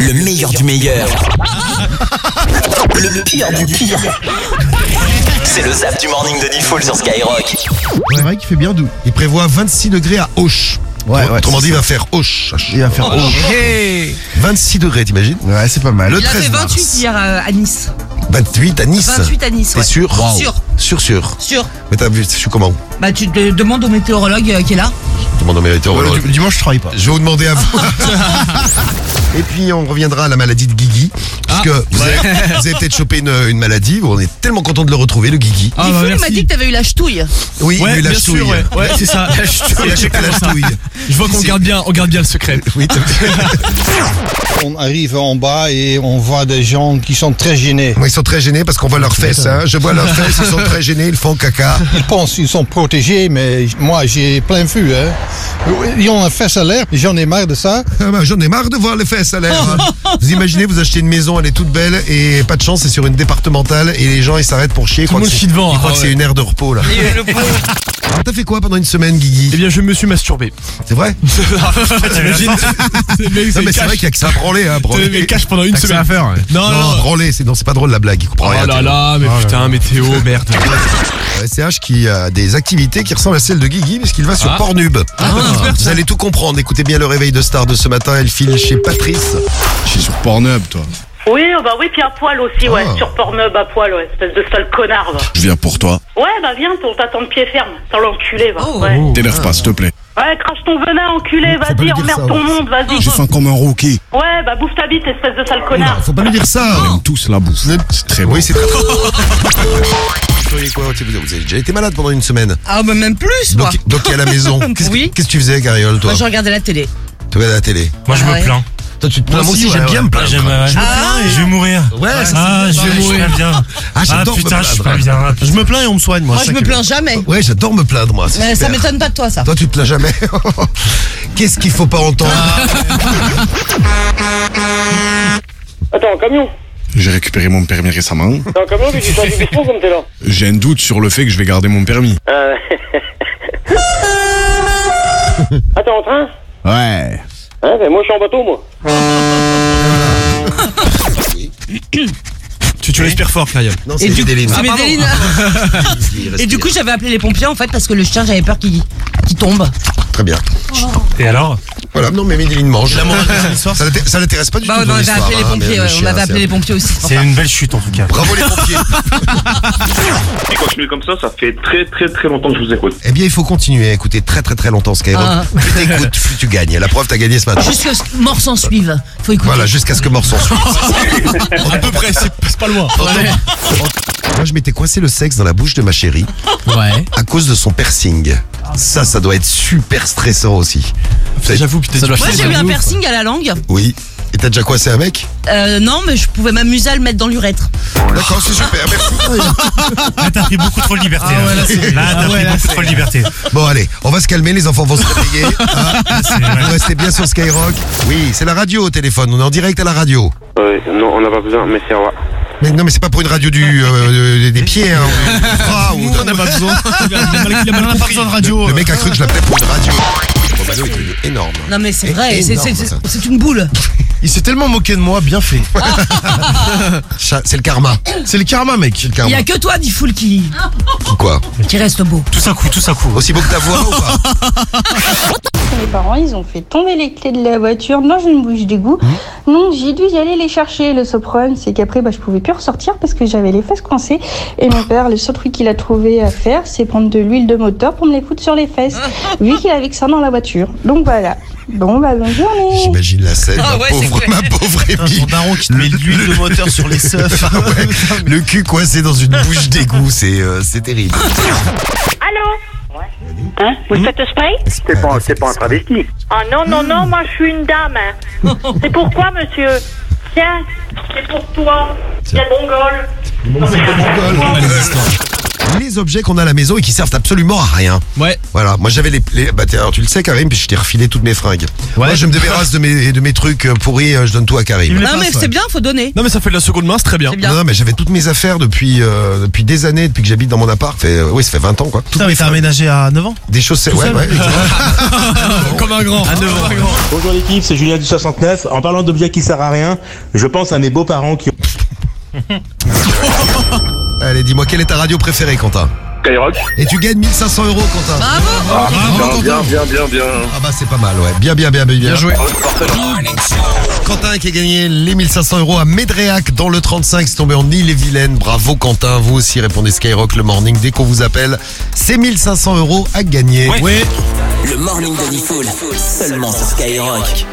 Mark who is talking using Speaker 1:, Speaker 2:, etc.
Speaker 1: Le meilleur du meilleur. Le pire du pire. C'est le zap du morning de Diffoul sur Skyrock.
Speaker 2: C'est vrai qu'il fait bien doux.
Speaker 3: Il prévoit 26 degrés à Auch.
Speaker 2: Ouais, ouais,
Speaker 3: Autrement
Speaker 2: c'est
Speaker 3: dit, il
Speaker 2: ça.
Speaker 3: va faire Auch.
Speaker 2: Il va faire.
Speaker 4: Oh.
Speaker 5: Oh.
Speaker 4: Hey
Speaker 3: 26 degrés, t'imagines
Speaker 2: Ouais, c'est pas mal.
Speaker 3: Le
Speaker 5: Il a fait
Speaker 3: 13 mars.
Speaker 5: 28 hier euh, à Nice.
Speaker 3: 28 à Nice.
Speaker 5: 28 à Nice,
Speaker 3: T'es
Speaker 5: ouais.
Speaker 3: sûr
Speaker 5: Sûr.
Speaker 3: Sûr, sûr.
Speaker 5: Sûr.
Speaker 3: Mais t'as vu, je suis comment
Speaker 5: Bah, tu te demandes au météorologue euh, qui est là.
Speaker 3: Je demande au
Speaker 2: Ouais,
Speaker 3: météorologue.
Speaker 2: le du- dimanche, je travaille pas.
Speaker 3: Je vais vous demander à vous. Et puis on reviendra à la maladie de Guigui. Parce que vous, avez, vous avez peut-être chopé une, une maladie. On est tellement content de le retrouver, le Guigui.
Speaker 4: Ah,
Speaker 5: Diffoul
Speaker 4: bah,
Speaker 5: m'a
Speaker 4: merci.
Speaker 5: dit que t'avais eu la ch'touille.
Speaker 3: Oui, il a
Speaker 4: Ouais,
Speaker 3: eu la
Speaker 4: bien
Speaker 3: ch'touille.
Speaker 4: sûr, ouais. Ouais, c'est ça. La
Speaker 3: Il
Speaker 4: ch'touille,
Speaker 3: a chopé la
Speaker 4: exactement ça.
Speaker 3: ch'touille.
Speaker 4: Je vois qu'on
Speaker 3: C'est-
Speaker 4: garde bien, on garde bien le secret.
Speaker 3: Oui, t'as vu.
Speaker 6: On arrive en bas et on voit des gens qui sont très gênés.
Speaker 3: Moi, ils sont très gênés parce qu'on voit leurs fesses. hein. Je vois leurs fesses, ils sont très gênés, ils font caca.
Speaker 6: Ils pensent qu'ils sont protégés, mais moi j'ai plein vu. Hein. Ils ont un fesse à l'air, j'en ai marre de ça.
Speaker 3: Ah bah, J'en ai marre de voir les fesses à l'air. hein. Vous imaginez, vous achetez une maison, elle est toute belle et pas de chance, c'est sur une départementale et les gens ils s'arrêtent pour chier. ils
Speaker 4: Tout le
Speaker 3: croient
Speaker 4: monde
Speaker 3: que
Speaker 4: chie
Speaker 3: c'est-
Speaker 4: devant,
Speaker 3: Ils
Speaker 4: hein,
Speaker 3: croient que
Speaker 4: ouais.
Speaker 3: c'est une aire de repos là. Alors, T'as fait quoi pendant une semaine,
Speaker 4: Eh
Speaker 3: Guigui
Speaker 4: bien, je me suis masturbé.
Speaker 3: C'est vrai
Speaker 4: T'imagines Le mec,
Speaker 3: Non,
Speaker 4: c'est
Speaker 3: mais c'est
Speaker 4: cache.
Speaker 3: vrai qu'il y a que ça à branler. Hein, branler.
Speaker 4: Mais cache pendant une
Speaker 3: T'as que ça
Speaker 4: semaine.
Speaker 3: à faire, ouais.
Speaker 4: Non,
Speaker 3: Non,
Speaker 4: non.
Speaker 3: branler, c'est non, c'est pas drôle la blague. Il comprend
Speaker 4: Oh
Speaker 3: rien.
Speaker 4: là là, mais putain, météo, merde.
Speaker 3: Ouais, SCH qui a des activités qui ressemblent à celles de Guigui puisqu'il va sur
Speaker 4: Ah.
Speaker 3: Pornhub.
Speaker 4: super,
Speaker 3: Vous allez tout comprendre. Écoutez bien le réveil de star de ce matin. Elle file chez Patrice.
Speaker 2: Je suis sur Pornhub, toi.
Speaker 7: Oui, euh, bah oui, puis à poil aussi, ouais.
Speaker 3: Ah.
Speaker 7: Sur Pornhub à poil, ouais. Espèce de sale connard, va.
Speaker 2: Je viens pour toi.
Speaker 7: Ouais, bah viens, on t'attend de pied ferme. T'as l'enculé, va.
Speaker 5: Oh.
Speaker 7: Ouais.
Speaker 2: T'énerve pas, s'il te plaît.
Speaker 7: ouais, crache ton venin, enculé,
Speaker 3: Faut pas
Speaker 7: vas-y,
Speaker 3: lui dire ça,
Speaker 7: emmerde ton
Speaker 3: ouais.
Speaker 7: monde, vas-y.
Speaker 2: J'ai faim comme un rookie.
Speaker 7: Ouais, bah bouffe ta bite, espèce de sale connard.
Speaker 3: Faut pas lui dire ça.
Speaker 2: On aime tous la bouffe. C'est
Speaker 8: Eh
Speaker 2: très bon.
Speaker 3: Oui, c'est très. Vous soyez quoi Vous vous avez déjà été malade pendant une semaine.
Speaker 5: Ah, bah, même plus, moi.
Speaker 3: Donc, donc à la maison. Qu'est-ce que-
Speaker 5: Oui.
Speaker 3: qu'est-ce que tu faisais, Cariole, toi
Speaker 5: Moi, je regardais la télé.
Speaker 3: Tu regardais la télé.
Speaker 8: Moi je
Speaker 5: Ah
Speaker 8: me
Speaker 5: ouais.
Speaker 8: plains.
Speaker 3: Toi, tu te
Speaker 2: Moi aussi, ouais, ouais.
Speaker 3: me
Speaker 8: Ah, j'aime, ouais.
Speaker 3: plaindre.
Speaker 5: Ah.
Speaker 8: Je vais mourir.
Speaker 3: Ouais, ça,
Speaker 8: ah,
Speaker 3: c'est
Speaker 8: je vais
Speaker 3: pareil.
Speaker 8: mourir. bien.
Speaker 3: Ah, j'adore me
Speaker 8: putain, je suis
Speaker 3: plaindre.
Speaker 8: pas bien. Ah, putain.
Speaker 2: Je me plains et on me soigne,
Speaker 5: Moi, je me plains jamais.
Speaker 3: Ouais, j'adore me plaindre, moi. c'est
Speaker 5: Mais ça
Speaker 3: super.
Speaker 5: m'étonne pas de toi, ça.
Speaker 3: Toi, tu te plains jamais. Qu'est-ce qu'il faut pas entendre
Speaker 5: Ah.
Speaker 9: Attends, un camion
Speaker 2: J'ai récupéré mon permis récemment.
Speaker 9: T'as un camion, mais tu sorti du front comme t'es là
Speaker 2: J'ai un doute sur le fait que je vais garder mon permis.
Speaker 9: Euh... Attends, en train
Speaker 2: Ouais.
Speaker 9: Hein, ben moi je suis en bateau, moi
Speaker 4: Tu, tu respires fort, Kariol.
Speaker 3: Non,
Speaker 5: Et
Speaker 3: c'est
Speaker 5: du,
Speaker 3: Edeline.
Speaker 5: c'est Medellin. Et du coup, j'avais appelé les pompiers en fait parce que le chien, j'avais peur qu'il qu'il
Speaker 3: Bah,
Speaker 5: tombe. Bah,
Speaker 3: Très bien.
Speaker 8: Et alors
Speaker 3: Voilà, non, mais Médeline mange. Ça l'intéresse- ça l'intéresse pas du
Speaker 5: Bah,
Speaker 3: tout.
Speaker 5: on
Speaker 3: ton
Speaker 5: avait
Speaker 3: histoire,
Speaker 5: appelé les
Speaker 3: hein, mais
Speaker 5: pompiers,
Speaker 3: le
Speaker 5: ouais, on
Speaker 3: chien,
Speaker 5: avait
Speaker 3: c'est
Speaker 5: appelé les
Speaker 3: un-
Speaker 5: pompiers aussi.
Speaker 8: C'est une belle chute en tout cas.
Speaker 3: Bravo les pompiers.
Speaker 10: Si continue comme ça, ça fait très très très longtemps que je vous écoute.
Speaker 3: eh bien, il faut continuer à écouter très très très longtemps Skyrock.
Speaker 5: Ah.
Speaker 3: Plus t'écoutes, plus tu gagnes. La preuve, t'as gagné ce matin.
Speaker 5: Jusque ce que mort s'en suive. Faut écouter.
Speaker 3: Voilà, jusqu'à ce que mort s'en suive.
Speaker 4: À peu près, c'est c'est pas loin.
Speaker 3: Moi, je m'étais coincé le sexe dans la bouche de ma chérie
Speaker 4: Ouais.
Speaker 3: à cause de son piercing. Ça, ça doit être super stressant aussi.
Speaker 4: J'avoue, putain,
Speaker 5: Moi, j'ai eu un piercing à la langue.
Speaker 3: Oui. Et t'as déjà coincé un mec
Speaker 5: Euh, non, mais je pouvais m'amuser à le mettre dans l'urètre.
Speaker 3: D'accord, c'est super, merci.
Speaker 8: Là, t'as pris beaucoup trop de liberté.
Speaker 4: Ah ouais, là,
Speaker 8: là,
Speaker 4: c'est-
Speaker 8: Là,
Speaker 4: ah
Speaker 8: t'as
Speaker 4: ouais,
Speaker 8: pris
Speaker 4: là,
Speaker 8: beaucoup trop de liberté.
Speaker 3: Bon, allez, on va se calmer, les enfants vont se réveiller. hein. Vous restez bien sur Skyrock. Oui, c'est la radio au téléphone, on est en direct à la radio.
Speaker 9: Ouais, non, on n'a pas besoin, mais c'est roi.
Speaker 3: Mais non, mais c'est pas pour une radio du, euh, euh, des pieds. Hein, ou du bras, ou-
Speaker 4: On n'a pas besoin. Il a pas besoin de radio.
Speaker 3: Le mec a cru que je l'appelais pour une radio. Bon, bah, donc, il est énorme.
Speaker 5: Non, mais c'est
Speaker 3: Et-
Speaker 5: vrai, c'est-
Speaker 3: énorme,
Speaker 5: c'est-
Speaker 3: ça.
Speaker 5: c'est c'est une boule.
Speaker 2: Il s'est tellement moqué de moi, bien fait.
Speaker 3: Ça, C'est le karma.
Speaker 2: C'est le karma, mec.
Speaker 3: Le
Speaker 5: Il y
Speaker 3: karma.
Speaker 5: a que toi, dit Foul, qui,
Speaker 3: Quoi
Speaker 5: qui reste beau.
Speaker 8: Tous un coup, tous un coup.
Speaker 3: Aussi beau que ta voix ou pas
Speaker 11: Mes parents, ils ont fait tomber les clés de la voiture dans une bouche d'égout. Non, j'ai dû y aller les chercher. Le seul problème, c'est qu'après, bah, je pouvais plus ressortir parce que j'avais les fesses coincées. Et mon père, le seul truc qu'il a trouvé à faire, c'est prendre de l'huile de moteur pour me les foutre sur les fesses, vu qu'il avait que ça dans la voiture. Donc voilà. Bon, bah, bonne journée.
Speaker 3: J'imagine la scène, ma,
Speaker 5: Ah ouais, c'est
Speaker 3: pauvre,
Speaker 5: clair.
Speaker 3: ma pauvre Rémi.
Speaker 2: daron qui te
Speaker 3: met de l'huile de
Speaker 2: moteur sur les seufs.
Speaker 3: Ouais, le cul coincé dans une bouche d'égout, c'est euh, c'est terrible.
Speaker 7: Allô Ouais. Hein Vous faites le spray
Speaker 9: Hmm C'est pas, c'est pas un travesti. Hmm.
Speaker 7: Ah non, non, non, moi je suis une dame. hein. C'est pourquoi, monsieur Tiens, c'est pour toi. Tiens, bon gol.
Speaker 3: Mongol. les objets qu'on a à la maison et qui servent absolument à rien. Ouais. Voilà. Moi, j'avais les, les- bah, t'es- alors, tu le sais, Karim, puis je t'ai refilé toutes mes fringues. Moi, je me débarrasse de mes, de mes trucs euh, pourris, euh, je donne tout à Karim.
Speaker 5: Non, mais c'est bien, faut donner.
Speaker 3: Non mais ça fait de la seconde main, c'est très bien.
Speaker 5: bien.
Speaker 3: Non, non, mais j'avais toutes mes affaires depuis euh, depuis des années, depuis que j'habite dans mon appart. Fait, euh, oui, ça fait 20 ans quoi. Toutes
Speaker 4: Putain, mais
Speaker 3: mes
Speaker 4: t'as
Speaker 3: fringues.
Speaker 4: aménagé à 9 ans
Speaker 3: Des chaussettes,
Speaker 4: Tout
Speaker 3: ouais,
Speaker 4: seul
Speaker 3: ouais.
Speaker 8: Ah,
Speaker 4: Comme un grand.
Speaker 12: Bonjour l'équipe, c'est Julien du 69. En parlant d'objets qui servent à rien, je pense à mes beaux-parents qui ont...
Speaker 3: Allez, dis-moi quelle est ta radio préférée, Quentin
Speaker 10: Skyrock.
Speaker 3: Et tu gagnes 1500 euros, Quentin.
Speaker 5: Bravo.
Speaker 10: Ah, putain, bien, bien, bien, bien.
Speaker 3: Ah bah c'est pas mal, ouais. Bien, bien, bien, bien, bien joué. Quentin qui a gagné les 1500 euros à Médréac dans le 35, c'est tombé en Ille-et-Vilaine. Bravo Quentin, vous aussi répondez Skyrock le morning dès qu'on vous appelle. C'est 1500 euros à gagner.
Speaker 1: Le morning de Nifoul, seulement sur Skyrock.